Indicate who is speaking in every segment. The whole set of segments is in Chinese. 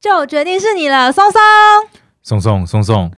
Speaker 1: 就决定是你了，松松。
Speaker 2: 松松松松，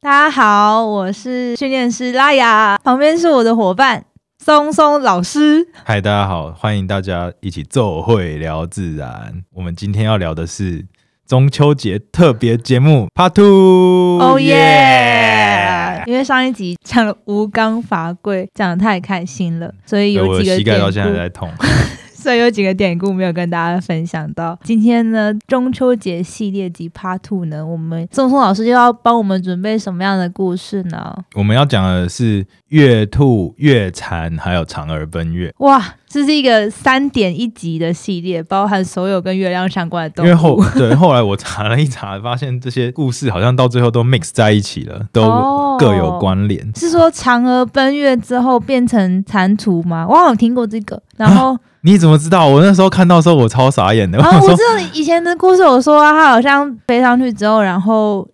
Speaker 1: 大家好，我是训练师拉雅，旁边是我的伙伴松松老师。
Speaker 2: 嗨，大家好，欢迎大家一起奏会聊自然。我们今天要聊的是中秋节特别节目 Part Two。
Speaker 1: 哦耶！因为上一集讲了吴刚伐桂，讲的太开心了，所以有
Speaker 2: 我
Speaker 1: 几个
Speaker 2: 的膝盖到现在还
Speaker 1: 典
Speaker 2: 在痛。
Speaker 1: 故，所以有几个典故没有跟大家分享到。今天呢，中秋节系列集 Part Two 呢，我们松松老师又要帮我们准备什么样的故事呢？
Speaker 2: 我们要讲的是月兔、月蝉，还有嫦娥奔月。
Speaker 1: 哇，这是一个三点一集的系列，包含所有跟月亮相关的
Speaker 2: 因
Speaker 1: 动物。
Speaker 2: 为后对后来我查了一查，发现这些故事好像到最后都 mix 在一起了，
Speaker 1: 哦
Speaker 2: 都各有关联。
Speaker 1: 是说嫦娥奔月之后变成蟾蜍吗？我好像有听过这个。然 后
Speaker 2: 你怎么知道？我那时候看到的时候，我超傻眼的。
Speaker 1: 啊，
Speaker 2: 我
Speaker 1: 我
Speaker 2: 说
Speaker 1: 知道你以前的故事有说啊，他好像飞上去之后，然后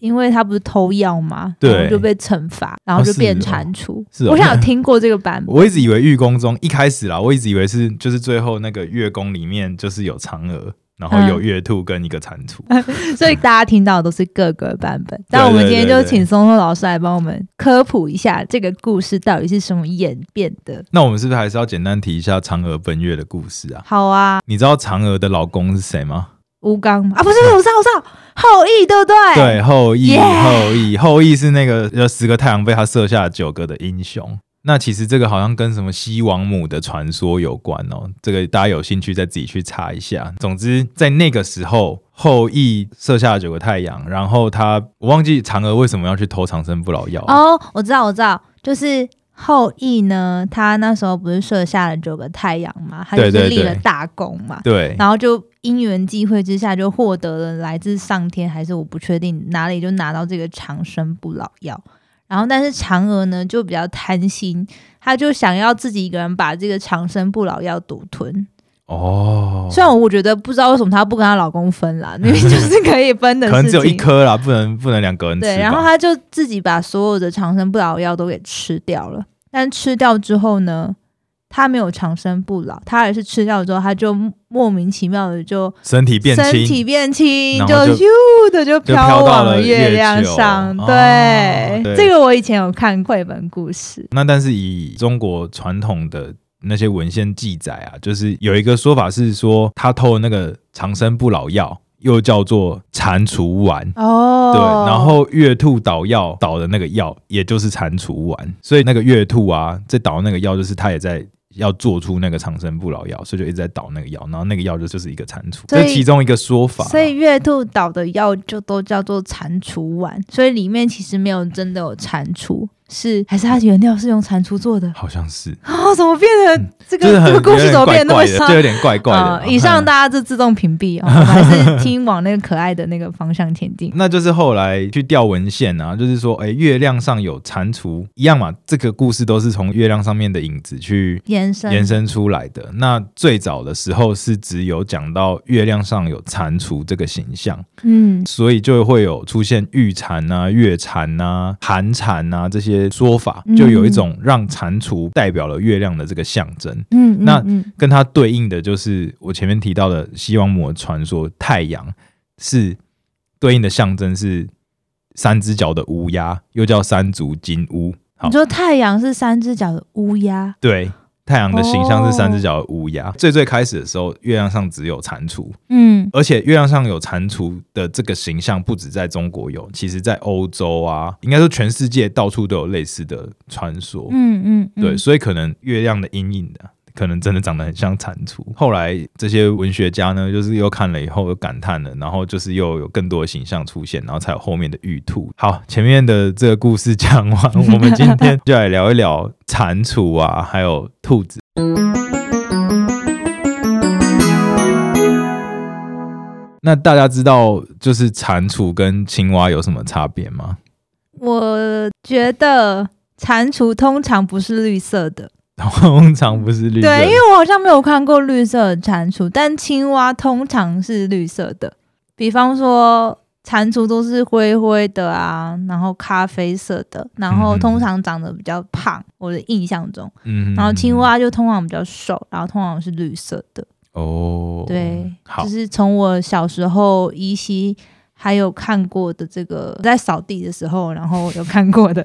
Speaker 1: 因为他不是偷药嘛，
Speaker 2: 对哦
Speaker 1: 然后就被惩罚，然后就变蟾蜍。
Speaker 2: 是哦
Speaker 1: 我想有听过这个版本。
Speaker 2: 我一直以为月宫中一开始啦，我一直以为是就是最后那个月宫里面就是有嫦娥，然后有月兔跟一个蟾蜍。
Speaker 1: 所以大家听到的都是各个版本。但我们今天就请松松老师来帮我们科普一下这个故事到底是什么演变的。
Speaker 2: 那我们是不是还是要简单提一下嫦娥奔月的故事啊？
Speaker 1: 好啊，
Speaker 2: 你知道嫦娥的老公是谁吗？
Speaker 1: 吴刚吗啊，不是，不是，我知道，我知道，后羿，对不对？
Speaker 2: 对，后羿
Speaker 1: Yeah
Speaker 2: 后羿，后羿是那个有十个太阳被他射下九个的英雄。那其实这个好像跟什么西王母的传说有关哦，这个大家有兴趣再自己去查一下。总之，在那个时候，后羿射下了九个太阳，然后他我忘记嫦娥为什么要去偷长生不老药了
Speaker 1: 哦，我知道，我知道，就是后羿呢，他那时候不是射下了九个太阳嘛，他就
Speaker 2: 对
Speaker 1: 是
Speaker 2: 对
Speaker 1: 立
Speaker 2: 对
Speaker 1: 了大功嘛，
Speaker 2: 对，
Speaker 1: 然后就因缘际会之下，就获得了来自上天还是我不确定哪里就拿到这个长生不老药。然后，但是嫦娥呢就比较贪心，她就想要自己一个人把这个长生不老药独吞。
Speaker 2: 哦，
Speaker 1: 虽然我觉得不知道为什么她不跟她老公分 啦，明明就是可以分的
Speaker 2: 可
Speaker 1: 事情，
Speaker 2: 能只有一颗啦，不能不能两个人吃吧。
Speaker 1: 对，然后他就自己把所有的长生不老药都给吃掉了。但吃掉之后呢，他没有长生不老，他而是吃掉之后，他就莫名其妙的就
Speaker 2: 身体变
Speaker 1: 身
Speaker 2: 轻
Speaker 1: 体，变轻，
Speaker 2: 然
Speaker 1: 就
Speaker 2: 后就
Speaker 1: 咻的就
Speaker 2: 就飘
Speaker 1: 飘
Speaker 2: 到
Speaker 1: 往
Speaker 2: 了
Speaker 1: 月
Speaker 2: 月
Speaker 1: 亮
Speaker 2: 球
Speaker 1: 上。
Speaker 2: 哦
Speaker 1: 对，
Speaker 2: 对
Speaker 1: 这个我以前有看绘本故事。
Speaker 2: 那但是以中国传统的那些文献记载啊，就是有一个说法是说，他偷的那个长生不老药，又叫做蟾蜍丸。
Speaker 1: 哦，
Speaker 2: 对，然后月兔捣药捣的那个药，也就是蟾蜍丸，所以那个月兔啊，在捣那个药，就是他也在要做出那个长生不老药，所以就一直在捣那个药，然后那个药就就是一个蟾蜍，
Speaker 1: 所以
Speaker 2: 这是其中一个说法啊。
Speaker 1: 所以月兔岛的药就都叫做蟾蜍丸，所以里面其实没有真的有蟾蜍，是还是它原料是用蟾蜍做的。
Speaker 2: 好像是，
Speaker 1: 哦，怎么变得这
Speaker 2: 嗯就是
Speaker 1: 个
Speaker 2: 很
Speaker 1: 这个故事怎么
Speaker 2: 有点
Speaker 1: 变得那么
Speaker 2: 怪怪的
Speaker 1: 伤
Speaker 2: 就？有点怪怪的
Speaker 1: 啊
Speaker 2: 啊。
Speaker 1: 以上
Speaker 2: 嗯。
Speaker 1: 大家就自动屏蔽哦，我们还是听往那个可爱的那个方向前进
Speaker 2: 那就是后来去调文献啊，就是说，哎、月亮上有蟾蜍一样嘛，这个故事都是从月亮上面的影子去
Speaker 1: 延伸，
Speaker 2: 延伸出来的。那最早的时候是只有讲到月亮上有蟾蜍这个形象，
Speaker 1: 嗯，
Speaker 2: 所以就会有出现玉蟾啊、月蟾啊、寒蟾啊这些说法
Speaker 1: 嗯，
Speaker 2: 就有一种让蟾蜍代表了月亮的这个象征。
Speaker 1: 嗯嗯，
Speaker 2: 那
Speaker 1: 嗯
Speaker 2: 跟它对应的就是我前面提到的西王母的传说，太阳是对应的象征是三只脚的乌鸦，又叫三足金乌。好
Speaker 1: 你，说太阳是三只脚的乌鸦，
Speaker 2: 对，太阳的形象是三只脚的乌鸦。
Speaker 1: 哦
Speaker 2: 最最开始的时候，月亮上只有蟾蜍，
Speaker 1: 嗯，
Speaker 2: 而且月亮上有蟾蜍的这个形象不止在中国有，其实在欧洲啊，应该说全世界到处都有类似的传说。
Speaker 1: 嗯嗯，嗯
Speaker 2: 哦对，，所以可能月亮的阴影的，可能真的长得很像蟾蜍。后来这些文学家呢，就是又看了以后又感叹了，然后就是又有更多的形象出现，然后才有后面的玉兔。好，前面的这个故事讲完，我们今天就来聊一聊蟾蜍啊，还有兔子。那大家知道就是蟾蜍跟青蛙有什么差别吗？
Speaker 1: 我觉得蟾蜍通常不是绿色的，
Speaker 2: 通常不是绿色的，
Speaker 1: 对，因为我好像没有看过绿色的蟾蜍，但青蛙通常是绿色的，比方说蟾蜍都是灰灰的啊，然后咖啡色的，然后通常长得比较胖，我的印象中。
Speaker 2: 嗯，
Speaker 1: 然后青蛙就通常比较瘦，然后通常是绿色的。
Speaker 2: 哦，
Speaker 1: 对，
Speaker 2: 好
Speaker 1: 就，是从我小时候依稀还有看过的这个，在扫地的时候，然后有看过 的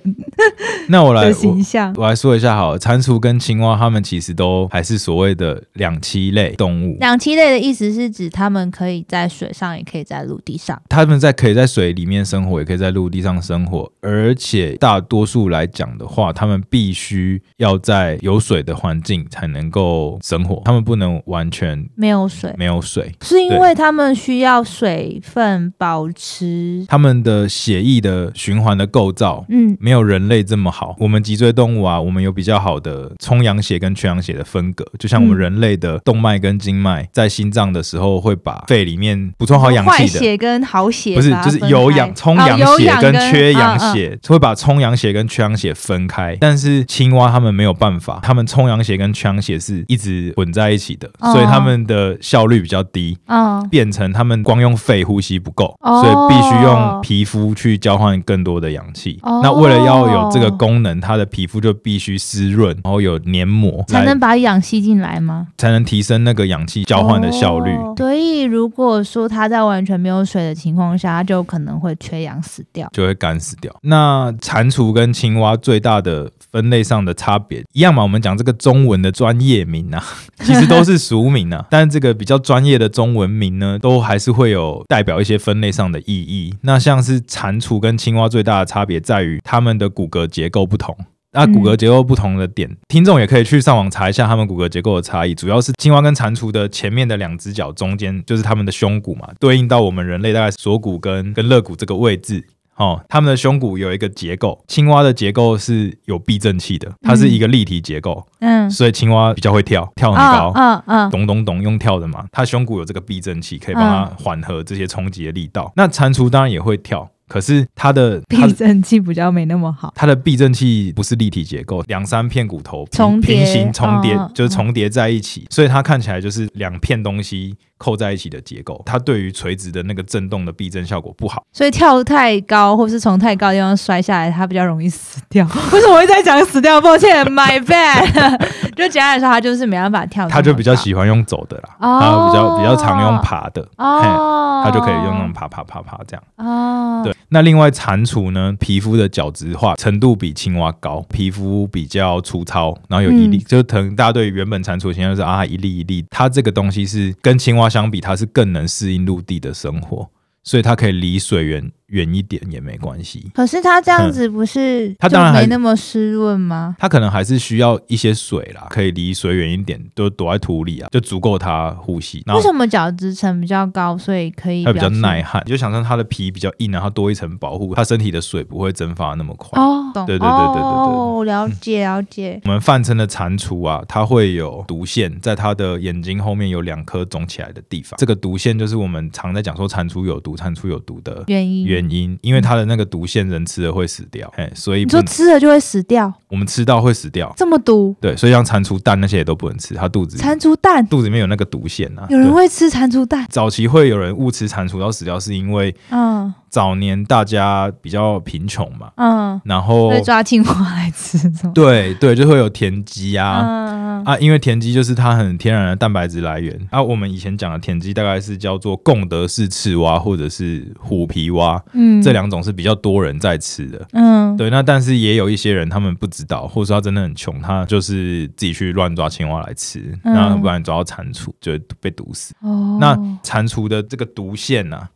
Speaker 2: 那我来
Speaker 1: 的
Speaker 2: 我
Speaker 1: 形象。
Speaker 2: 我来说一下好了，蟾蜍跟青蛙它们其实都还是所谓的两栖类动物，
Speaker 1: 两栖类的意思是指它们可以在水上，也可以在陆地上。
Speaker 2: 它们在可以在水里面生活，也可以在陆地上生活，而且大多数来讲的话，它们必须要在有水的环境才能够生活，它们不能完全
Speaker 1: 没有水，
Speaker 2: 没有水。
Speaker 1: 是因
Speaker 2: 对
Speaker 1: 为它们需要水分保持。
Speaker 2: 它们的血液的循环的构造
Speaker 1: 嗯，
Speaker 2: 没有人类这么好。我们脊椎动物啊，我们有比较好的充氧血跟缺氧血的分隔，就像我们
Speaker 1: 嗯
Speaker 2: 人类的动脉跟经脉，在心脏的时候会把肺里面补充好氧
Speaker 1: 坏
Speaker 2: 气的。
Speaker 1: 血跟好血
Speaker 2: 不是
Speaker 1: 把，它
Speaker 2: 就是
Speaker 1: 分
Speaker 2: 有
Speaker 1: 开
Speaker 2: 氧充
Speaker 1: 哦
Speaker 2: 氧
Speaker 1: 有
Speaker 2: 血
Speaker 1: 氧
Speaker 2: 跟缺氧。
Speaker 1: 嗯嗯
Speaker 2: 血，会把充氧血跟缺氧血分开。但是青蛙它们没有办法，它们充氧血跟缺氧血是一直混在一起的，
Speaker 1: 哦
Speaker 2: 所以它们的效率比较低。
Speaker 1: 嗯，
Speaker 2: 变成他们光用肺呼吸不够，
Speaker 1: 哦
Speaker 2: 所以必须用皮肤去交换更多的氧气。
Speaker 1: 哦
Speaker 2: 那为了要有这个功能，它的皮肤就必须湿润，然后有黏膜
Speaker 1: 才
Speaker 2: 来
Speaker 1: 能把氧吸进来吗？
Speaker 2: 才能提升那个氧气交换的效率。
Speaker 1: 哦所以如果说它在完全没有水的情况下，它就可能会缺氧死掉。
Speaker 2: 就会干死掉。那蟾蜍跟青蛙最大的分类上的差别一样嘛？我们讲这个中文的专业名啊，其实都是俗名啊，但这个比较专业的中文名呢，都还是会有代表一些分类上的意义。那像是蟾蜍跟青蛙最大的差别在于它们的骨骼结构不同。那骨骼结构不同的点，听众也可以去上网查一下它们骨骼结构的差异。主要是青蛙跟蟾蜍的前面的两只脚中间就是它们的胸骨嘛，对应到我们人类大概锁骨跟跟肋骨这个位置。哦，它们的胸骨有一个结构，青蛙的结构是有避震器的，它是一个立体结构，
Speaker 1: 嗯，
Speaker 2: 所以青蛙比较会跳，跳很高。
Speaker 1: 嗯 嗯
Speaker 2: 咚咚咚，用跳的嘛，它胸骨有这个避震器，可以帮它缓和这些冲击的力道。那蟾蜍当然也会跳，可是它的它
Speaker 1: 避震器比较没那么好。
Speaker 2: 它的避震器不是立体结构，两三片骨头平
Speaker 1: 重叠
Speaker 2: 平行重叠，
Speaker 1: 嗯嗯
Speaker 2: 就是重叠在一起，所以它看起来就是两片东西扣在一起的结构。它对于垂直的那个震动的避震效果不好。
Speaker 1: 所以跳太高，或是从太高的地方摔下来，它比较容易死 掉。为什么会在讲死掉？抱歉，my bad。就简单来说，它就是没办法跳这么高。
Speaker 2: 它就比较喜欢用走的啦，
Speaker 1: 哦
Speaker 2: 它比较比较常用爬的，嘿，
Speaker 1: 哦，
Speaker 2: 它就可以用那种爬爬爬爬这样。
Speaker 1: 哦，
Speaker 2: 对，那另外蟾蜍呢，皮肤的角质化程度比青蛙高，皮肤比较粗糙，然后有一粒，
Speaker 1: 嗯
Speaker 2: 就可能大家对原本蟾蜍的形象就是啊一粒一粒，它这个东西是跟青蛙相比，它是更能适应陆地的生活，所以它可以离水源远一点也没关系。
Speaker 1: 可是它这样子不是
Speaker 2: 嗯它
Speaker 1: 就
Speaker 2: 当然还
Speaker 1: 没那么湿润吗？
Speaker 2: 它可能还是需要一些水啦，可以离水远一点，都躲在土里啊，就足够它呼吸。然
Speaker 1: 为
Speaker 2: 后
Speaker 1: 什么角质层比较高，所以可以
Speaker 2: 它比较
Speaker 1: 湿
Speaker 2: 耐旱，你就想象它的皮比较硬，然后多一层保护，它身体的水不会蒸发那么快。
Speaker 1: 哦，懂
Speaker 2: 对对对对对对
Speaker 1: 哦，了解了解。
Speaker 2: 我们泛称的蟾蜍啊，它会有毒腺，在它的眼睛后面有两颗肿起来的地方。这个毒腺就是我们常在讲说蟾蜍有毒，蟾蜍有毒的
Speaker 1: 原因，
Speaker 2: 原因，因为它的那个毒腺人吃了会死掉，嘿，所以
Speaker 1: 你
Speaker 2: 不
Speaker 1: 说
Speaker 2: 能
Speaker 1: 吃了就会死掉，
Speaker 2: 我们吃到会死掉。
Speaker 1: 这么毒？
Speaker 2: 对，所以像蟾蜍蛋那些也都不能吃，它肚子
Speaker 1: 蟾蜍蛋，
Speaker 2: 肚子里面有那个毒腺啊。
Speaker 1: 有人
Speaker 2: 对
Speaker 1: 会吃蟾蜍蛋？
Speaker 2: 早期会有人误吃蟾蜍到死掉，是因为
Speaker 1: 嗯
Speaker 2: 早年大家比较贫穷嘛，
Speaker 1: 嗯，
Speaker 2: 然后
Speaker 1: 会抓青蛙来吃，是吗？
Speaker 2: 哦对对，就会有田鸡啊，
Speaker 1: 嗯嗯嗯
Speaker 2: 啊，因为田鸡就是它很天然的蛋白质来源。啊，我们以前讲的田鸡大概是叫做贡德氏赤蛙或者是虎皮蛙，
Speaker 1: 嗯，
Speaker 2: 这两种是比较多人在吃的。
Speaker 1: 嗯，
Speaker 2: 对，那但是也有一些人他们不知道，或者说他真的很穷，他就是自己去乱抓青蛙来吃，
Speaker 1: 嗯
Speaker 2: 那不然抓到蟾蜍就会被毒死。
Speaker 1: 哦，
Speaker 2: 那蟾蜍的这个毒腺呐、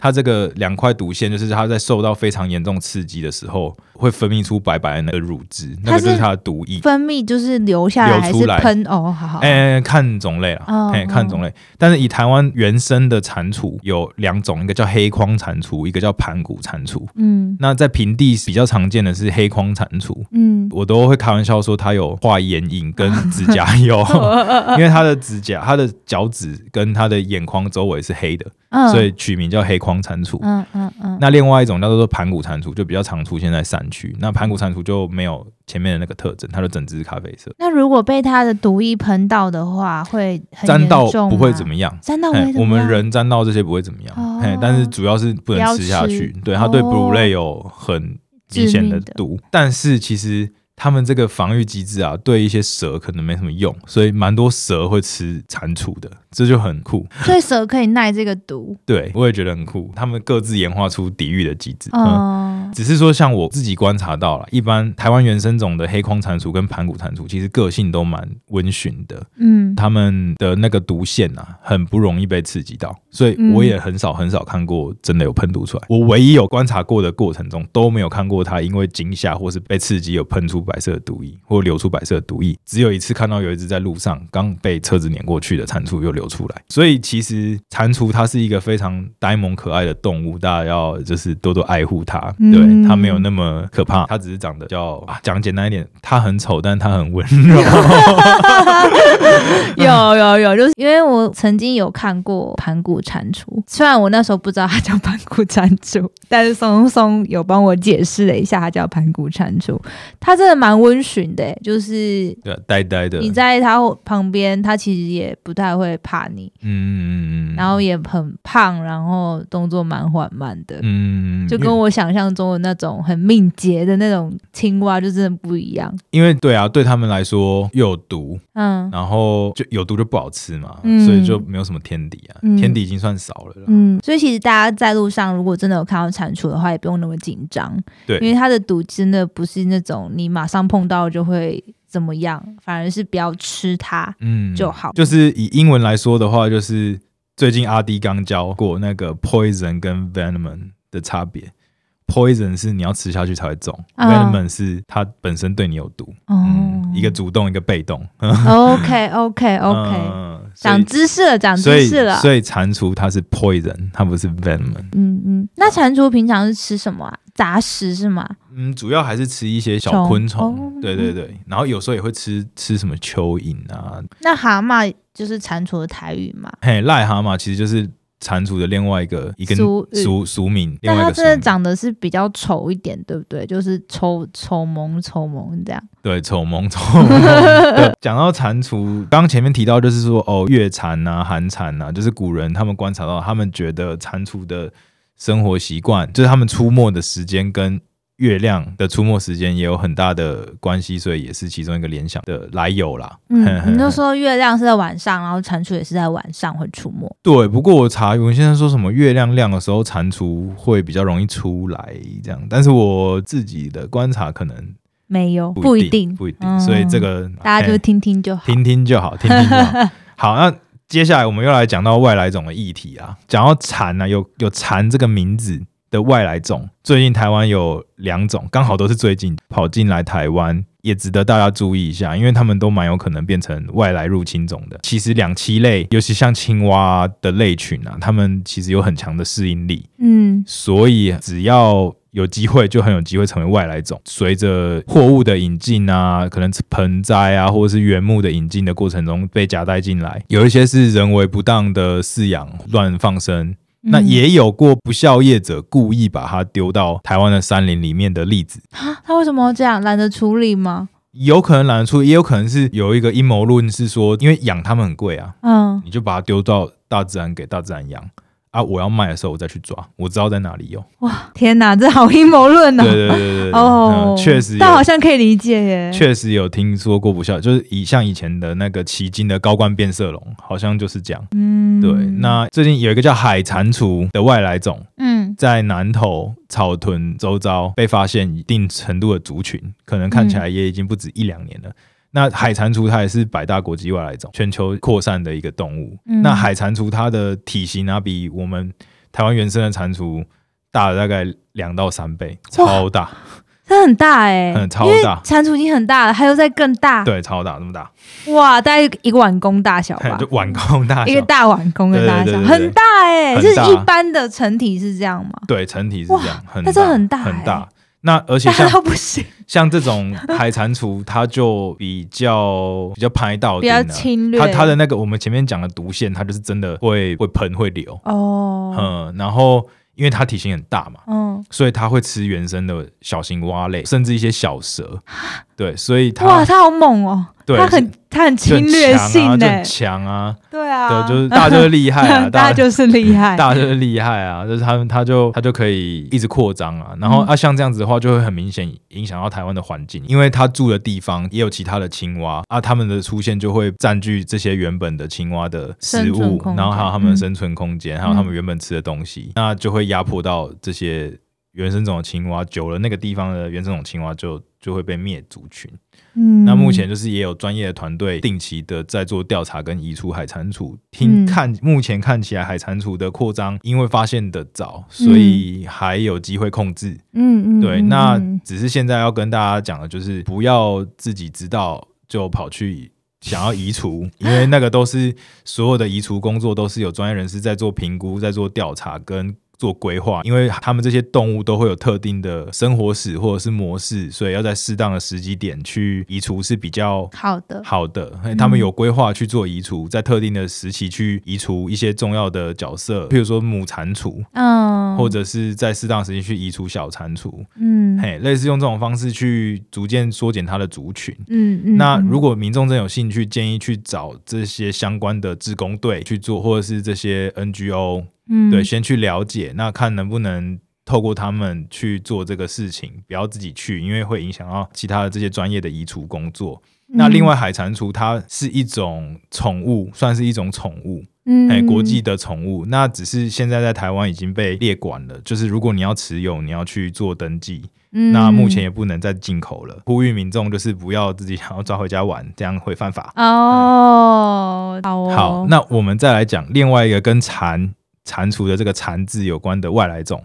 Speaker 2: 它这个两块毒腺就是它在受到非常严重刺激的时候，会分泌出白白的那个乳汁，那
Speaker 1: 它
Speaker 2: 个就是
Speaker 1: 是
Speaker 2: 它的毒液。
Speaker 1: 分泌就是流下来
Speaker 2: 流
Speaker 1: 还
Speaker 2: 出
Speaker 1: 是
Speaker 2: 来
Speaker 1: 喷？哦，好好，
Speaker 2: 哎、看种类啊，
Speaker 1: 哦
Speaker 2: 哎、看种类。但是以台湾原生的蟾蜍有两种，一个叫黑框蟾蜍，一个叫盘古蟾蜍。
Speaker 1: 嗯
Speaker 2: 那在平地比较常见的是黑框蟾蜍，
Speaker 1: 嗯，
Speaker 2: 我都会开玩笑说它有画眼影跟指甲
Speaker 1: 哦
Speaker 2: 油， 因为它的指甲、它的脚趾跟它的眼眶周围是黑的，
Speaker 1: 嗯
Speaker 2: 所以取名叫黑框蟾蜍。
Speaker 1: 嗯嗯嗯，
Speaker 2: 那另外一种叫做盘古蟾蜍，就比较常出现在山区。那盘古蟾蜍就没有前面的那个特征，它就整只是咖啡色，
Speaker 1: 那如果被它的毒液喷到的话，会很
Speaker 2: 沾
Speaker 1: 严
Speaker 2: 到
Speaker 1: 重
Speaker 2: 不会
Speaker 1: 吗
Speaker 2: 怎么样。
Speaker 1: 沾到不
Speaker 2: 哎
Speaker 1: 会怎么
Speaker 2: 我们
Speaker 1: 样
Speaker 2: 人沾到这些不会怎么样，
Speaker 1: 哦
Speaker 2: 嘿，但是主要是不能吃下
Speaker 1: 不
Speaker 2: 去
Speaker 1: 要吃，
Speaker 2: 对它对
Speaker 1: 哦
Speaker 2: Blu-ray 有很明显的
Speaker 1: 致命的
Speaker 2: 毒，但是其实。他们这个防御机制啊，对一些蛇可能没什么用，所以蛮多蛇会吃蟾蜍的，这就很酷。
Speaker 1: 所以蛇可以耐这个毒。
Speaker 2: 对我也觉得很酷，他们各自演化出抵御的机制。嗯，
Speaker 1: 哦，
Speaker 2: 只是说像我自己观察到了，一般台湾原生种的黑框蟾蜍跟盘古蟾蜍，其实个性都蛮温驯的，
Speaker 1: 嗯，
Speaker 2: 他们的那个毒腺啊，很不容易被刺激到，所以
Speaker 1: 嗯
Speaker 2: 我也很少很少看过真的有喷毒出来。我唯一有观察过的过程中，都没有看过它因为惊吓或是被刺激有喷出白色的毒液或流出白色的毒液。只有一次看到有一只在路上刚被车子碾过去的蟾蜍又流出来。所以其实蟾蜍它是一个非常呆萌可爱的动物，大家要就是多多爱护它。
Speaker 1: 嗯
Speaker 2: 对，它没有那么可怕，它只是长得比较啊，讲简单一点，它很丑，但它很温 柔。
Speaker 1: 有有有，就是因为我曾经有看过盘古蟾蜍，虽然我那时候不知道它叫盘古蟾蜍， 但是松松有帮我解释了一下，它叫盘古蟾蜍。它真的蛮温驯的，欸就是
Speaker 2: 对，呆呆的。
Speaker 1: 你在它旁边，它其实也不太会怕你，
Speaker 2: 嗯，
Speaker 1: 然后也很胖，然后动作蛮缓慢的。
Speaker 2: 嗯，
Speaker 1: 就
Speaker 2: 因
Speaker 1: 跟
Speaker 2: 为
Speaker 1: 我想象中的那种很敏捷的那种青蛙就真的不一样。
Speaker 2: 因为对啊，对他们来说又有毒，
Speaker 1: 嗯
Speaker 2: 然后就有毒就不好吃嘛，
Speaker 1: 嗯
Speaker 2: 所以就没有什么天敌啊，
Speaker 1: 嗯
Speaker 2: 天敌已经算少了啦。
Speaker 1: 嗯，所以其实大家在路上如果真的有看到蟾蜍的话，也不用那么紧张，因为
Speaker 2: 对，
Speaker 1: 它的毒真的不是那种你马上碰到就会怎么样，反而是不要吃它。
Speaker 2: 嗯
Speaker 1: 就好
Speaker 2: 就是以英文来说的话，就是最近阿迪刚教过那个 poison 跟 venom 的差别。Poison 是你要吃下去才会中、
Speaker 1: 啊
Speaker 2: v e n o m 是它本身对你有毒，
Speaker 1: 哦、
Speaker 2: 嗯， 一个主动一个被动。
Speaker 1: OK OK OK，、
Speaker 2: 嗯所以
Speaker 1: 长知识了，长
Speaker 2: 所
Speaker 1: 知
Speaker 2: 以
Speaker 1: 识了。
Speaker 2: 所以蟾蜍它是 poison，它不是 venom。
Speaker 1: 嗯嗯，那蟾蜍平常是吃什么啊？杂食是吗？
Speaker 2: 嗯，主要还是吃一些小
Speaker 1: 虫
Speaker 2: 昆虫，
Speaker 1: 哦
Speaker 2: 对对对，然后有时候也会吃吃什么蚯蚓啊，
Speaker 1: 那蛤蟆就是蟾蜍的台语嘛？
Speaker 2: 嘿，癞蛤蟆其实就是蟾蜍的另外一个一个
Speaker 1: 俗语
Speaker 2: 俗俗名，另
Speaker 1: 但
Speaker 2: 外一
Speaker 1: 它
Speaker 2: 个俗
Speaker 1: 真的
Speaker 2: 名
Speaker 1: 长得是比较丑一点，对不对？就是丑 丑萌丑萌这样。
Speaker 2: 对丑萌 丑萌。对讲到蟾蜍，刚刚前面提到就是说哦，月蟾啊、寒蟾啊，就是古人他们观察到，他们觉得蟾蜍的生活习惯，就是他们出没的时间跟月亮的出没时间也有很大的关系，所以也是其中一个联想的来由啦。嘿嘿
Speaker 1: 嗯，你就
Speaker 2: 嘿
Speaker 1: 说月亮是在晚上，然后蟾蜍也是在晚上会出没。
Speaker 2: 对，不过我查文先生说什么月亮亮的时候，蟾蜍会比较容易出来这样，但是我自己的观察可能
Speaker 1: 没有，
Speaker 2: 不
Speaker 1: 一定，
Speaker 2: 不一定，
Speaker 1: 嗯
Speaker 2: 所以这个
Speaker 1: 大家就
Speaker 2: 哎
Speaker 1: 听听就好。
Speaker 2: 听听就好，听听就好。好，那接下来我们又来讲到外来种的议题啊，讲到蝉啊，有有蝉这个名字的外来种，最近台湾有两种，刚好都是最近跑进来台湾。也值得大家注意一下，因为它们都蛮有可能变成外来入侵种的。其实两栖类，尤其像青蛙的类群啊，它们其实有很强的适应力，
Speaker 1: 嗯
Speaker 2: 所以只要有机会，就很有机会成为外来种。随着货物的引进啊，可能是盆栽啊，或者是原木的引进的过程中被夹带进来，有一些是人为不当的饲养、乱放生。那
Speaker 1: 嗯
Speaker 2: 也有过不孝业者故意把它丢到台湾的山林里面的例子，
Speaker 1: 啊，他为什么要这样？懒得处理吗？
Speaker 2: 有可能懒得出，也有可能是有一个阴谋论是说，因为养它们很贵啊，
Speaker 1: 嗯
Speaker 2: 你就把它丢到大自然给大自然养啊，我要卖的时候我再去抓，我知道在哪里有。
Speaker 1: 哇，天哪，这好阴谋论哦！
Speaker 2: 对对对对对，
Speaker 1: 哦
Speaker 2: 嗯，确实有，
Speaker 1: 但好像可以理解耶。
Speaker 2: 确实有听说过不孝，就是以像以前的那个奇经的高冠变色龙，好像就是这样。
Speaker 1: 嗯，
Speaker 2: 对，那最近有一个叫海蟾蜍的外来种，
Speaker 1: 嗯
Speaker 2: 在南投草屯周遭被发现一定程度的族群，可能看起来也已经不止一两
Speaker 1: 嗯
Speaker 2: 年了。那海蟾蜍它也是百大国际外来种，全球扩散的一个动物。
Speaker 1: 嗯
Speaker 2: 那海蟾蜍它的体型啊，比我们台湾原生的蟾蜍大了大概两到三倍，
Speaker 1: 哇
Speaker 2: 超大，
Speaker 1: 它很大哎，
Speaker 2: 嗯，超
Speaker 1: 因为
Speaker 2: 大，
Speaker 1: 蟾蜍已经很大了，它又再更大，
Speaker 2: 对，超大，那么大，
Speaker 1: 哇，大概一个碗公大小吧
Speaker 2: 就，碗公大
Speaker 1: 一个
Speaker 2: 小。
Speaker 1: 大碗公的大小，
Speaker 2: 对对对对对
Speaker 1: 很大哎，
Speaker 2: 很
Speaker 1: 就是
Speaker 2: 大
Speaker 1: 一般的成体是这样吗？
Speaker 2: 对，成体是这样，很
Speaker 1: 那
Speaker 2: 大，
Speaker 1: 这很大欸
Speaker 2: 很大。那而且
Speaker 1: 大
Speaker 2: 像
Speaker 1: 到不行，
Speaker 2: 像这种海蟾蜍， 它就比较比较拍到
Speaker 1: 比
Speaker 2: 顶
Speaker 1: 较
Speaker 2: 啊，
Speaker 1: 侵略。
Speaker 2: 它它的那个我们前面讲的毒腺，它就是真的会会喷会流，
Speaker 1: 哦，
Speaker 2: 嗯，然后因为它体型很大嘛，
Speaker 1: 嗯，
Speaker 2: 所以它会吃原生的小型蛙类，甚至一些小蛇。对，所以
Speaker 1: 哇，
Speaker 2: 他
Speaker 1: 他好猛哦、
Speaker 2: 对
Speaker 1: 他很他很
Speaker 2: 就
Speaker 1: 侵
Speaker 2: 很
Speaker 1: 略
Speaker 2: 强啊
Speaker 1: 性
Speaker 2: 就
Speaker 1: 呢、
Speaker 2: 很强啊，
Speaker 1: 对啊，
Speaker 2: 对，就是大家就是厉害啊，
Speaker 1: 大
Speaker 2: 大
Speaker 1: 家
Speaker 2: 家
Speaker 1: 就是厉害，
Speaker 2: 大就是厉害啊，就是他们他就他就可以一直扩张啊，然后
Speaker 1: 嗯
Speaker 2: 啊像这样子的话，就会很明显影响到台湾的环境，因为他住的地方也有其他的青蛙啊，他们的出现就会占据这些原本的青蛙的食
Speaker 1: 生存
Speaker 2: 物
Speaker 1: 空，间
Speaker 2: 然后还有他们的
Speaker 1: 嗯
Speaker 2: 生存空间，还有他们原本吃的东西，那就会压迫到这些原生种的青蛙，久了那个地方的原生种青蛙就就会被灭族群。
Speaker 1: 嗯
Speaker 2: 那目前就是也有专业的团队定期的在做调查跟移除海蟾蜍。听
Speaker 1: 嗯
Speaker 2: 看，目前看起来海蟾蜍的扩张，因为发现的早，所以
Speaker 1: 嗯
Speaker 2: 还有机会控制。
Speaker 1: 嗯嗯，
Speaker 2: 对，
Speaker 1: 嗯
Speaker 2: 那
Speaker 1: 嗯
Speaker 2: 只是现在要跟大家讲的就是，不要自己知道就跑去。想要移除，因为那个都是所有的移除工作都是有专业人士在做评估、在做调查跟做规划，因为他们这些动物都会有特定的生活史或者是模式，所以要在适当的时机点去移除是比较
Speaker 1: 好的，
Speaker 2: 好的，嘿
Speaker 1: 嗯
Speaker 2: 他们有规划去做移除，在特定的时期去移除一些重要的角色，譬如说母蟾蜍，
Speaker 1: 嗯，
Speaker 2: 或者是在适当的时间去移除小蟾蜍，
Speaker 1: 嗯
Speaker 2: 嘿，类似用这种方式去逐渐缩减它的族群。
Speaker 1: 嗯嗯，
Speaker 2: 那
Speaker 1: 嗯
Speaker 2: 如果民众真有兴趣，建议去找这些相关的志工队去做，或者是这些 NGO，
Speaker 1: 嗯
Speaker 2: 对，先去了解，那看能不能透过他们去做这个事情，不要自己去，因为会影响到其他的这些专业的移除工作。
Speaker 1: 嗯
Speaker 2: 那另外，海蟾蜍它是一种宠物，算是一种宠物，
Speaker 1: 嗯
Speaker 2: 哎、国际的宠物。那只是现在在台湾已经被列管了，就是如果你要持有，你要去做登记。
Speaker 1: 嗯
Speaker 2: 那目前也不能再进口了，呼吁民众就是不要自己想要抓回家玩，这样会犯法。
Speaker 1: 嗯哦，好哦，
Speaker 2: 好，那我们再来讲另外一个跟蟾蟾蜍的这个蟾字有关的外来种，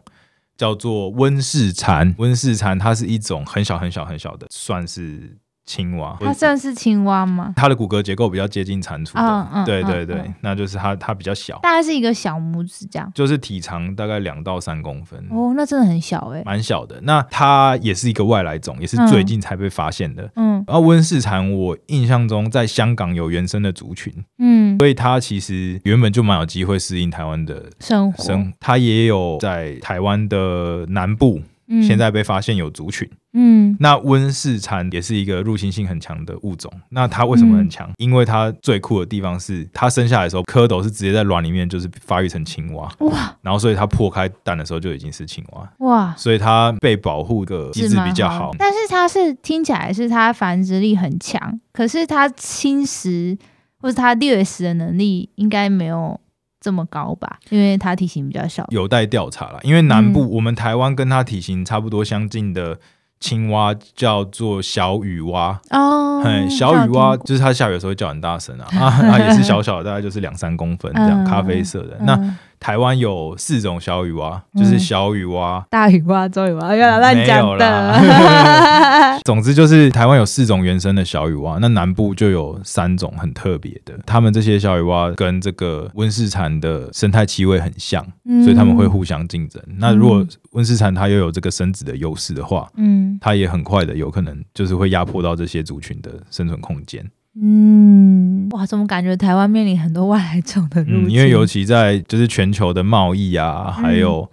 Speaker 2: 叫做温室蟾。温室蟾它是一种很小很小很小的，算是青蛙。
Speaker 1: 它算是青蛙吗？
Speaker 2: 它的骨骼结构比较接近蟾蜍的，
Speaker 1: 嗯嗯
Speaker 2: 对
Speaker 1: 嗯
Speaker 2: 对对，
Speaker 1: 嗯
Speaker 2: 那就是它它比较小，
Speaker 1: 大概是一个小拇指这样。
Speaker 2: 就是体长大概两到三公分，
Speaker 1: 哦，那真的很小哎、
Speaker 2: 嗯蛮小的。那它也是一个外来种，也是
Speaker 1: 嗯
Speaker 2: 最近才被发现的。
Speaker 1: 嗯
Speaker 2: 然后温室蟾，我印象中在香港有原生的族群，
Speaker 1: 嗯，
Speaker 2: 所以它其实原本就蛮有机会适应台湾的
Speaker 1: 生活
Speaker 2: 生。它也有在台湾的南部，
Speaker 1: 嗯
Speaker 2: 现在被发现有族群。
Speaker 1: 嗯
Speaker 2: 那温室蟾也是一个入侵性很强的物种。那它为什
Speaker 1: 嗯
Speaker 2: 么很强？因为它最酷的地方是，它生下来的时候蝌蚪是直接在卵里面就是发育成青蛙，
Speaker 1: 哇
Speaker 2: 然后所以它破开蛋的时候就已经是青蛙。
Speaker 1: 哇。
Speaker 2: 所以它被保护的机制
Speaker 1: 蛮
Speaker 2: 比较
Speaker 1: 好
Speaker 2: 好
Speaker 1: 的，但是嗯它是听起来是它繁殖力很强，可是它侵蚀或是它掠食的能力应该没有这么高吧？因为它体型比较小。
Speaker 2: 有待调查啦。因为南部、
Speaker 1: 嗯
Speaker 2: 我们台湾跟它体型差不多相近的青蛙叫做小雨蛙，
Speaker 1: 哦
Speaker 2: 嘿，小雨
Speaker 1: 这
Speaker 2: 蛙
Speaker 1: 样听过
Speaker 2: 就是它下雨的时候会叫很大声啊， 啊，它也是小小的，大概就是两三公分这样，
Speaker 1: 嗯
Speaker 2: 咖啡色的。那
Speaker 1: 嗯
Speaker 2: 台湾有四种小雨蛙，就是
Speaker 1: 嗯
Speaker 2: 小雨蛙。
Speaker 1: 大雨蛙、周雨蛙，原来
Speaker 2: 嗯没
Speaker 1: 乱讲
Speaker 2: 有啦
Speaker 1: 的。
Speaker 2: 总之就是台湾有四种原生的小雨蛙，那南部就有三种很特别的。它们这些小雨蛙跟这个温室蝉的生态气味很像，
Speaker 1: 嗯
Speaker 2: 所以他们会互相竞争。那如果温室蝉它又有这个生殖的优势的话，
Speaker 1: 嗯
Speaker 2: 它也很快的有可能就是会压迫到这些族群的生存空间。
Speaker 1: 嗯，哇，怎么感觉台湾面临很多外来种的入
Speaker 2: 嗯，
Speaker 1: 侵？
Speaker 2: 因为尤其在就是全球的贸易啊，
Speaker 1: 嗯
Speaker 2: 还有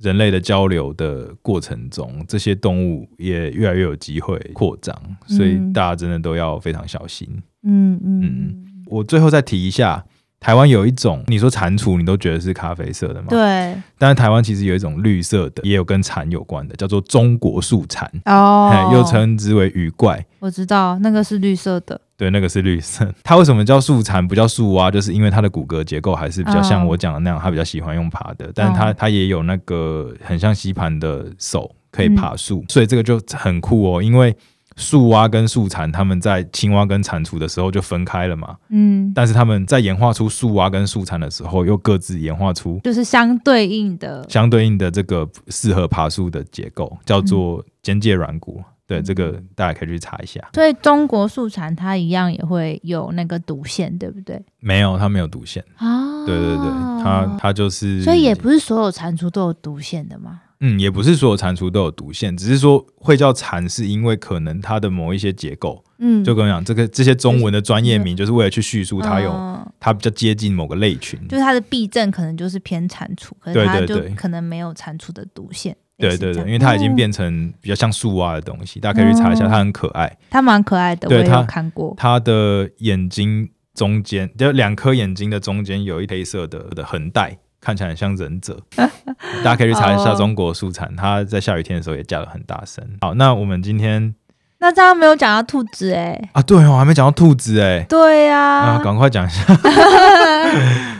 Speaker 2: 人类的交流的过程中，这些动物也越来越有机会扩张，所以
Speaker 1: 嗯
Speaker 2: 大家真的都要非常小心。
Speaker 1: 嗯
Speaker 2: 嗯
Speaker 1: 嗯，
Speaker 2: 我最后再提一下，台湾有一种，你说蟾蜍，你都觉得是咖啡色的嘛？。
Speaker 1: 对
Speaker 2: 但是台湾其实有一种绿色的，也有跟蝉有关的，叫做中国树蟾，
Speaker 1: 哦
Speaker 2: 嘿，又称之为雨怪。
Speaker 1: 我知道那个是绿色的，
Speaker 2: 对，那个是绿色。 它为什么叫树蟾不叫树蛙？就是因为它的骨骼结构还是比较像
Speaker 1: 哦
Speaker 2: 我讲的那样，它比较喜欢用爬的，但是它
Speaker 1: 哦
Speaker 2: 它也有那个很像吸盘的手可以爬树，所以这个就很酷哦。因为树蛙跟树蟾它们在青蛙跟蟾蜍的时候就分开了嘛，
Speaker 1: 嗯，
Speaker 2: 但是它们在演化出树蛙跟树蟾的时候，又各自演化出
Speaker 1: 就是相对应的，
Speaker 2: 相对应的这个适合爬树的结构，叫做间介软骨。对，这个大家可以去查一下。
Speaker 1: 所以中国树蟾它一样也会有那个毒腺，对不对？
Speaker 2: 没有，它没有毒腺。
Speaker 1: 啊，
Speaker 2: 对对对，它它就是，
Speaker 1: 所以也不是所有蟾蜍都有毒腺的嘛。
Speaker 2: 嗯，也不是所有蟾蜍都有毒腺，只是说会叫蟾，是因为可能它的某一些结构，
Speaker 1: 嗯，
Speaker 2: 就跟我讲，这个这些中文的专业名，就是为了去叙述它有、
Speaker 1: 嗯
Speaker 2: 它比较接近某个类群。
Speaker 1: 就是它的避症可能就是偏蟾蜍，可
Speaker 2: 对
Speaker 1: 是它
Speaker 2: 对
Speaker 1: 就
Speaker 2: 对
Speaker 1: 可能没有蟾蜍的毒腺。
Speaker 2: 对对对，因为它已经变成比较像树蛙的东西，大家可以去查一下，
Speaker 1: 哦
Speaker 2: 它很可爱。
Speaker 1: 它蛮可爱的，我
Speaker 2: 对
Speaker 1: 也
Speaker 2: 它
Speaker 1: 有看过。
Speaker 2: 它的眼睛中间，就两颗眼睛的中间有一黑色的的横带，看起来很像忍 者。大家可以去查一下
Speaker 1: 哦
Speaker 2: 中国树蝉，它在下雨天的时候也叫得很大声。好，那我们今天
Speaker 1: 那这样没有讲到兔子哎、
Speaker 2: 啊，对哦，还没讲到兔子哎。
Speaker 1: 对呀、
Speaker 2: 啊，赶快讲一下，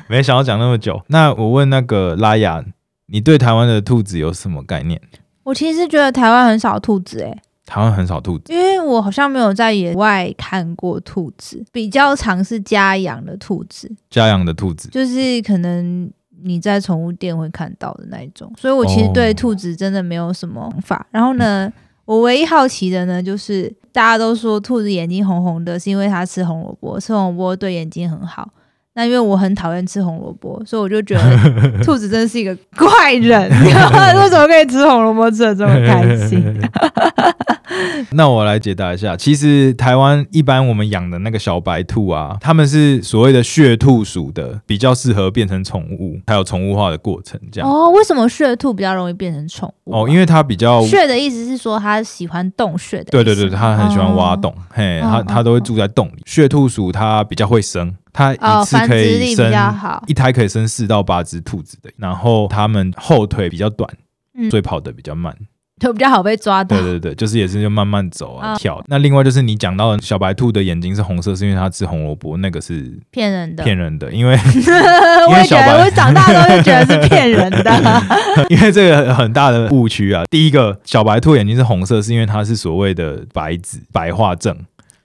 Speaker 2: 没想到讲那么久。那我问那个拉雅，你对台湾的兔子有什么概念？
Speaker 1: 我其实觉得台湾很少兔子哎、
Speaker 2: 台湾很少兔子，
Speaker 1: 因为我好像没有在野外看过兔子，比较常是家养的兔子，
Speaker 2: 家养的兔子
Speaker 1: 就是可能你在宠物店会看到的那一种，所以我其实
Speaker 2: 哦
Speaker 1: 对兔子真的没有什么想法。然后呢，我唯一好奇的呢，就是大家都说兔子眼睛红红的，是因为它吃红萝卜，吃红萝卜对眼睛很好。那因为我很讨厌吃红萝卜，所以我就觉得兔子真的是一个怪人， 为什么可以吃红萝卜吃的这么开心？。
Speaker 2: 那我来解答一下，其实台湾一般我们养的那个小白兔啊，它们是所谓的血兔属的，比较适合变成宠物，还有宠物化的过程这样。
Speaker 1: 哦，为什么血兔比较容易变成宠物啊？
Speaker 2: 哦，因为它比较
Speaker 1: 血的意思是说它喜欢洞穴的，
Speaker 2: 对对对，它很喜欢挖
Speaker 1: 洞。
Speaker 2: 洞，嘿，
Speaker 1: 哦
Speaker 2: 它它都会住在洞里。血兔鼠它比较会生，它
Speaker 1: 哦，
Speaker 2: 一次
Speaker 1: 繁
Speaker 2: 可
Speaker 1: 殖
Speaker 2: 以
Speaker 1: 力比
Speaker 2: 生
Speaker 1: 较好，
Speaker 2: 一胎可以生四到八只兔子的，然后它们后腿比较短，
Speaker 1: 嗯
Speaker 2: 所以跑得比较慢。
Speaker 1: 就比较好被抓到
Speaker 2: 对。对对，就是也是就慢慢走啊、
Speaker 1: 啊
Speaker 2: 跳。那另外就是你讲到的小白兔的眼睛是红色，是因为它吃红萝卜，那个是
Speaker 1: 骗人的，
Speaker 2: 骗人的， 因为
Speaker 1: 我
Speaker 2: 因
Speaker 1: 也
Speaker 2: 为小
Speaker 1: 觉得，
Speaker 2: 白
Speaker 1: 我长大都会觉得是骗人 的。
Speaker 2: 因为这个很大的误区啊。第一个，小白兔眼睛是红色，是因为它是所谓的白子白化症，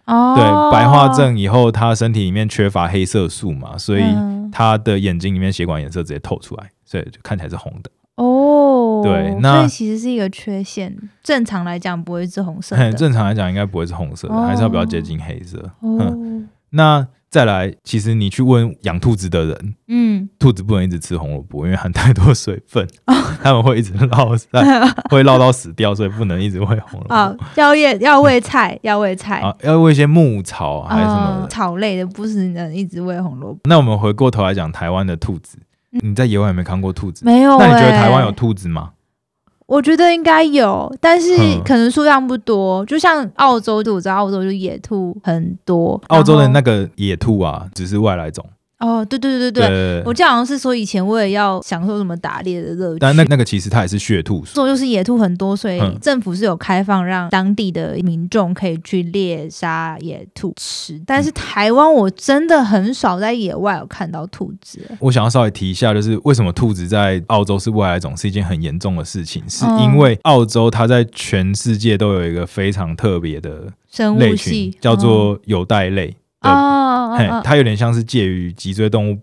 Speaker 1: 哦
Speaker 2: 对，白化症以后它身体里面缺乏黑色素嘛，所以
Speaker 1: 嗯
Speaker 2: 它的眼睛里面血管颜色直接透出来，所以就看起来是红的。
Speaker 1: 哦，
Speaker 2: 对那
Speaker 1: 所以其实是一个缺陷。正常来讲不会是红色
Speaker 2: 很
Speaker 1: 的
Speaker 2: 正常来讲，应该不会是红色的，还是要比较接近黑色。
Speaker 1: 哦，
Speaker 2: 那再来，其实你去问养兔子的人，
Speaker 1: 嗯，
Speaker 2: 兔子不能一直吃红萝卜，因为含太多水分，
Speaker 1: 哦
Speaker 2: 它们会一直落 在，会落到死掉，所以不能一直喂红萝卜。
Speaker 1: 哦，哎要喂要喂菜，要喂菜，
Speaker 2: 啊，要喂一些牧草啊还是什么
Speaker 1: 嗯，
Speaker 2: 的。
Speaker 1: 草类的不是能一直喂红萝卜。
Speaker 2: 那我们回过头来讲台湾的兔子，你在野外有没有看过兔子？
Speaker 1: 嗯没有，欸
Speaker 2: 那你觉得台湾有？兔子吗？
Speaker 1: 我觉得应该有，但是
Speaker 2: 嗯
Speaker 1: 可能数量不多。就像澳洲，我知道澳洲就野兔很多，
Speaker 2: 澳洲的
Speaker 1: 然后
Speaker 2: 那个野兔啊，只是外来种。
Speaker 1: 哦，对对对对对，
Speaker 2: 对
Speaker 1: 我，记得好像是说以前为了要享受什么打猎的乐趣，
Speaker 2: 但那那个其实它也是血兔属。
Speaker 1: 说就是野兔很多，所以
Speaker 2: 嗯
Speaker 1: 政府是有开放让当地的民众可以去猎杀野兔吃。但
Speaker 2: 嗯
Speaker 1: 是台湾我真的很少在野外有看到兔子，欸
Speaker 2: 我想要稍微提一下，就是为什么兔子在澳洲是外来种是一件很严重的事情，是
Speaker 1: 嗯
Speaker 2: 因为澳洲它在全世界都有一个非常特别的
Speaker 1: 生
Speaker 2: 类
Speaker 1: 物
Speaker 2: 群
Speaker 1: 系，嗯
Speaker 2: 叫做有袋类
Speaker 1: 哦
Speaker 2: 的，
Speaker 1: 哦
Speaker 2: 嘿
Speaker 1: 哦哦
Speaker 2: 它有点像是介于脊椎动物。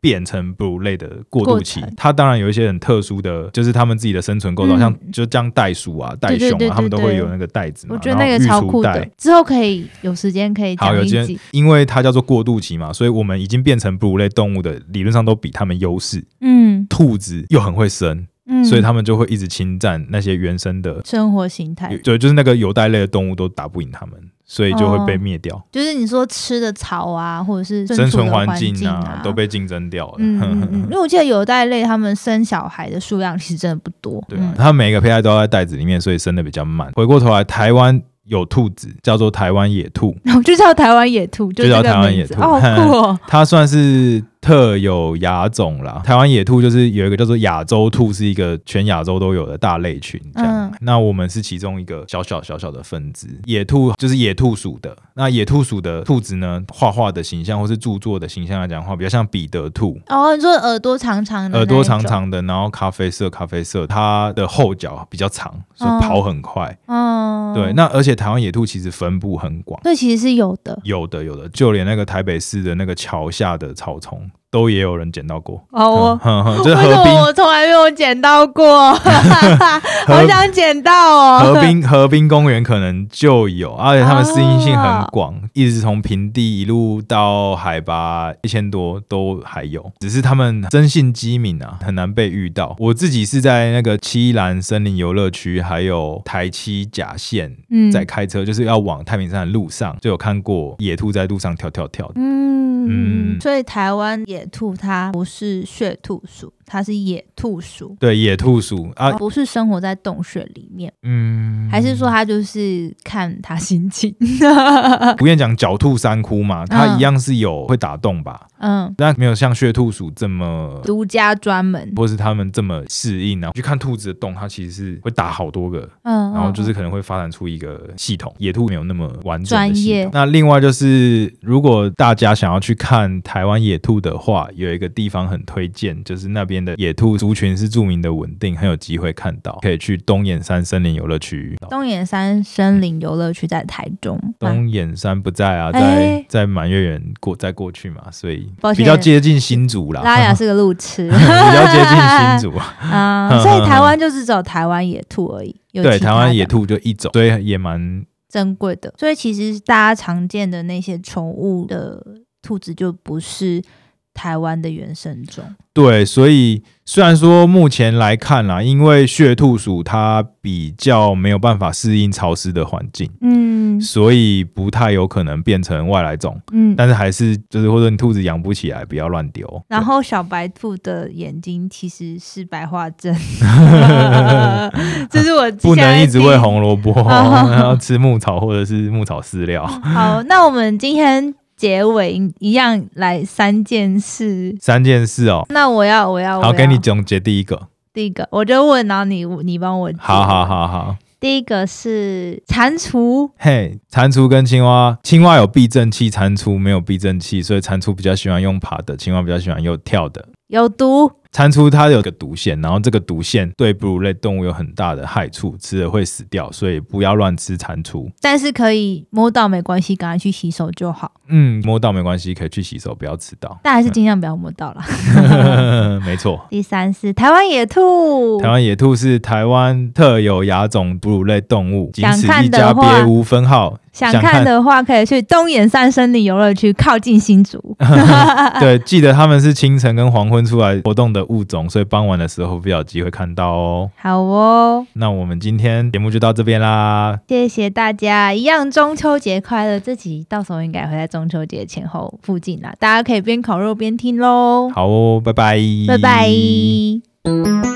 Speaker 2: 变成哺乳类的过渡期
Speaker 1: 过程，
Speaker 2: 它当然有一些很特殊的，就是它们自己的生存构造，
Speaker 1: 嗯
Speaker 2: 像就像袋鼠啊、袋
Speaker 1: 对对
Speaker 2: 熊
Speaker 1: 对
Speaker 2: 啊，它们
Speaker 1: 对
Speaker 2: 都会
Speaker 1: 对
Speaker 2: 有那个袋子嘛，
Speaker 1: 我觉得
Speaker 2: 然后
Speaker 1: 那
Speaker 2: 育
Speaker 1: 个超
Speaker 2: 雏
Speaker 1: 酷
Speaker 2: 袋
Speaker 1: 的，之后可以有时间可以
Speaker 2: 好，
Speaker 1: 讲
Speaker 2: 有
Speaker 1: 一
Speaker 2: 今天
Speaker 1: 集，，
Speaker 2: 因为它叫做过渡期嘛，所以我们已经变成哺乳类动物的，理论上都比它们优势。
Speaker 1: 嗯
Speaker 2: 兔子又很会生，
Speaker 1: 嗯，
Speaker 2: 所以它们就会一直侵占那些原生的，
Speaker 1: 生活形态
Speaker 2: 对，就是那个有袋类的动物都打不赢它们，所以就会被
Speaker 1: 哦
Speaker 2: 灭掉，
Speaker 1: 就是你说吃的草啊，或者是
Speaker 2: 生
Speaker 1: 存
Speaker 2: 存
Speaker 1: 的
Speaker 2: 环
Speaker 1: 环
Speaker 2: 境啊
Speaker 1: 啊
Speaker 2: 都被竞争掉了。
Speaker 1: 嗯嗯嗯，因为我记得有袋类他们生小孩的数量其实真的不多，
Speaker 2: 对啊，它们每个胚胎都要在袋子里面，所以生的比较慢。回过头来，台湾有兔子，叫做台湾野兔，
Speaker 1: 嗯，我就叫台湾野兔，
Speaker 2: 就叫
Speaker 1: 这个
Speaker 2: 台湾
Speaker 1: 名
Speaker 2: 野
Speaker 1: 字
Speaker 2: 兔
Speaker 1: 哦，好酷 哦，
Speaker 2: 它算是特有亚种啦。台湾野兔就是有一个叫做亚洲兔，是一个全亚洲都有的大类群，这样。
Speaker 1: 嗯
Speaker 2: 那我们是其中一个小小小小的分支。野兔就是野兔属的。那野兔属的兔子呢，画画的形象或是著作的形象来讲的话，比较像彼得兔。
Speaker 1: 哦，你说耳朵长长的，
Speaker 2: 耳朵长，长的，然后咖啡色，咖啡色，它的后脚比较长，所以
Speaker 1: 嗯
Speaker 2: 跑很快。
Speaker 1: 嗯，
Speaker 2: 对，，那而且台湾野兔其实分布很广，
Speaker 1: 所以其实是有的
Speaker 2: 有的有的，就连那个台北市的那个桥下的草丛，都也有人捡到过。
Speaker 1: 哦，我。
Speaker 2: 哼哼，哼嗯就是
Speaker 1: 为什
Speaker 2: 河
Speaker 1: 么
Speaker 2: 滨
Speaker 1: 我从来没有捡到 过？好想捡到哦！
Speaker 2: 河滨河滨公园可能就有，而且它们适应性
Speaker 1: 啊
Speaker 2: 很广，一直从平地一路到海拔一千多都还有，只是它们真性机敏啊，很难被遇到。我自己是在那个七兰森林游乐区，还有台七甲线。
Speaker 1: 嗯
Speaker 2: 在开车就是要往太平山的路上，就有看过野兔在路上跳跳跳。
Speaker 1: 嗯
Speaker 2: 嗯
Speaker 1: 所以台湾野兔它不是血兔属，它是野兔鼠，
Speaker 2: 对，野兔鼠啊，
Speaker 1: 不是生活在洞穴里面，
Speaker 2: 嗯，
Speaker 1: 哦还是说它就是看它心 情？
Speaker 2: 不愿讲狡兔三窟嘛，它
Speaker 1: 嗯
Speaker 2: 一样是有会打洞吧，
Speaker 1: 嗯，
Speaker 2: 但没有像血兔鼠这么。
Speaker 1: 独家专门，
Speaker 2: 或是它们这么适应啊，去看兔子的洞，它其实是会打好多个，
Speaker 1: 嗯，
Speaker 2: 然后就是
Speaker 1: 嗯
Speaker 2: 可能会发展出一个系统。野兔没有那么完整的
Speaker 1: 专
Speaker 2: 系
Speaker 1: 业
Speaker 2: 统。那另外就是，如果大家想要去看台湾野兔的话，有一个地方很推荐，就是那边的野兔族群是著名的稳定，很有机会看到，可以去东眼山森林游乐区。
Speaker 1: 东眼山森林游乐区在台中，
Speaker 2: 东眼山不在啊，在
Speaker 1: 哎
Speaker 2: 在满月园过再过去嘛，所以
Speaker 1: 抱歉
Speaker 2: 比较接近新竹啦，
Speaker 1: 拉雅是个路痴
Speaker 2: 比较接 近新竹。
Speaker 1: 啊、所以台 湾就是只有台湾野兔而已，有
Speaker 2: 对，
Speaker 1: 其他
Speaker 2: 台湾野
Speaker 1: 的
Speaker 2: 兔就一种，所以也蛮
Speaker 1: 珍贵的。所以其实大家常见的那些宠物的兔子就不是台湾的原生种。
Speaker 2: 对，所以虽然说目前来看啦，因为血兔鼠它比较没有办法适应潮湿的环境，
Speaker 1: 嗯
Speaker 2: 所以不太有可能变成外来种，
Speaker 1: 嗯。
Speaker 2: 但是还是就是或者你兔子养不起来，不要乱丢。
Speaker 1: 然后小白兔的眼睛其实是白化 症，这是我
Speaker 2: 不
Speaker 1: 接下
Speaker 2: 能
Speaker 1: 来
Speaker 2: 一直
Speaker 1: 第
Speaker 2: 喂红萝卜，
Speaker 1: 哦
Speaker 2: 然后吃牧草或者是牧草饲料。
Speaker 1: 好，那我们今天结尾一样来三件事。
Speaker 2: 三件事哦，
Speaker 1: 那我要，我要，我
Speaker 2: 好，
Speaker 1: 要
Speaker 2: 给你总结第一个，
Speaker 1: 第一个，我就问，然后你你帮我。
Speaker 2: 好好。好好，
Speaker 1: 第一个是蟾蜍，
Speaker 2: 嘿，蟾蜍跟青蛙，青蛙有避震器，蟾蜍没有避震器，所以蟾蜍比较喜欢用爬的，青蛙比较喜欢用跳的。
Speaker 1: 有毒，
Speaker 2: 蟾蜍它有个毒腺，然后这个毒腺对哺乳类动物有很大的害处，吃了会死掉，所以不要乱吃蟾蜍。
Speaker 1: 但是可以摸到没关系，赶快去洗手就好。。
Speaker 2: 嗯，摸到没关系，可以去洗手，不要吃到
Speaker 1: 但还是尽量不要摸到啦。
Speaker 2: 没错，
Speaker 1: 第三是台湾野兔，
Speaker 2: 台湾野兔是台湾特有亚种哺乳类动物，仅
Speaker 1: 想
Speaker 2: 此
Speaker 1: 看
Speaker 2: 一
Speaker 1: 的
Speaker 2: 家，
Speaker 1: 话
Speaker 2: 别无分号。
Speaker 1: 想
Speaker 2: 想
Speaker 1: 看
Speaker 2: 看
Speaker 1: 的话可以去东眼山森林游乐区，靠近新 竹。
Speaker 2: 嗯对，记得它们是清晨跟黄昏出来活动的物种，所以傍晚的时候比较有机会看到哦。
Speaker 1: 好哦，
Speaker 2: 那我们今天节目就到这边啦，
Speaker 1: 谢谢大家，一样中秋节快乐。这集到时候应该会在中秋节前后附近啦，大家可以边烤肉边听喽。
Speaker 2: 好哦，拜拜，
Speaker 1: 拜拜。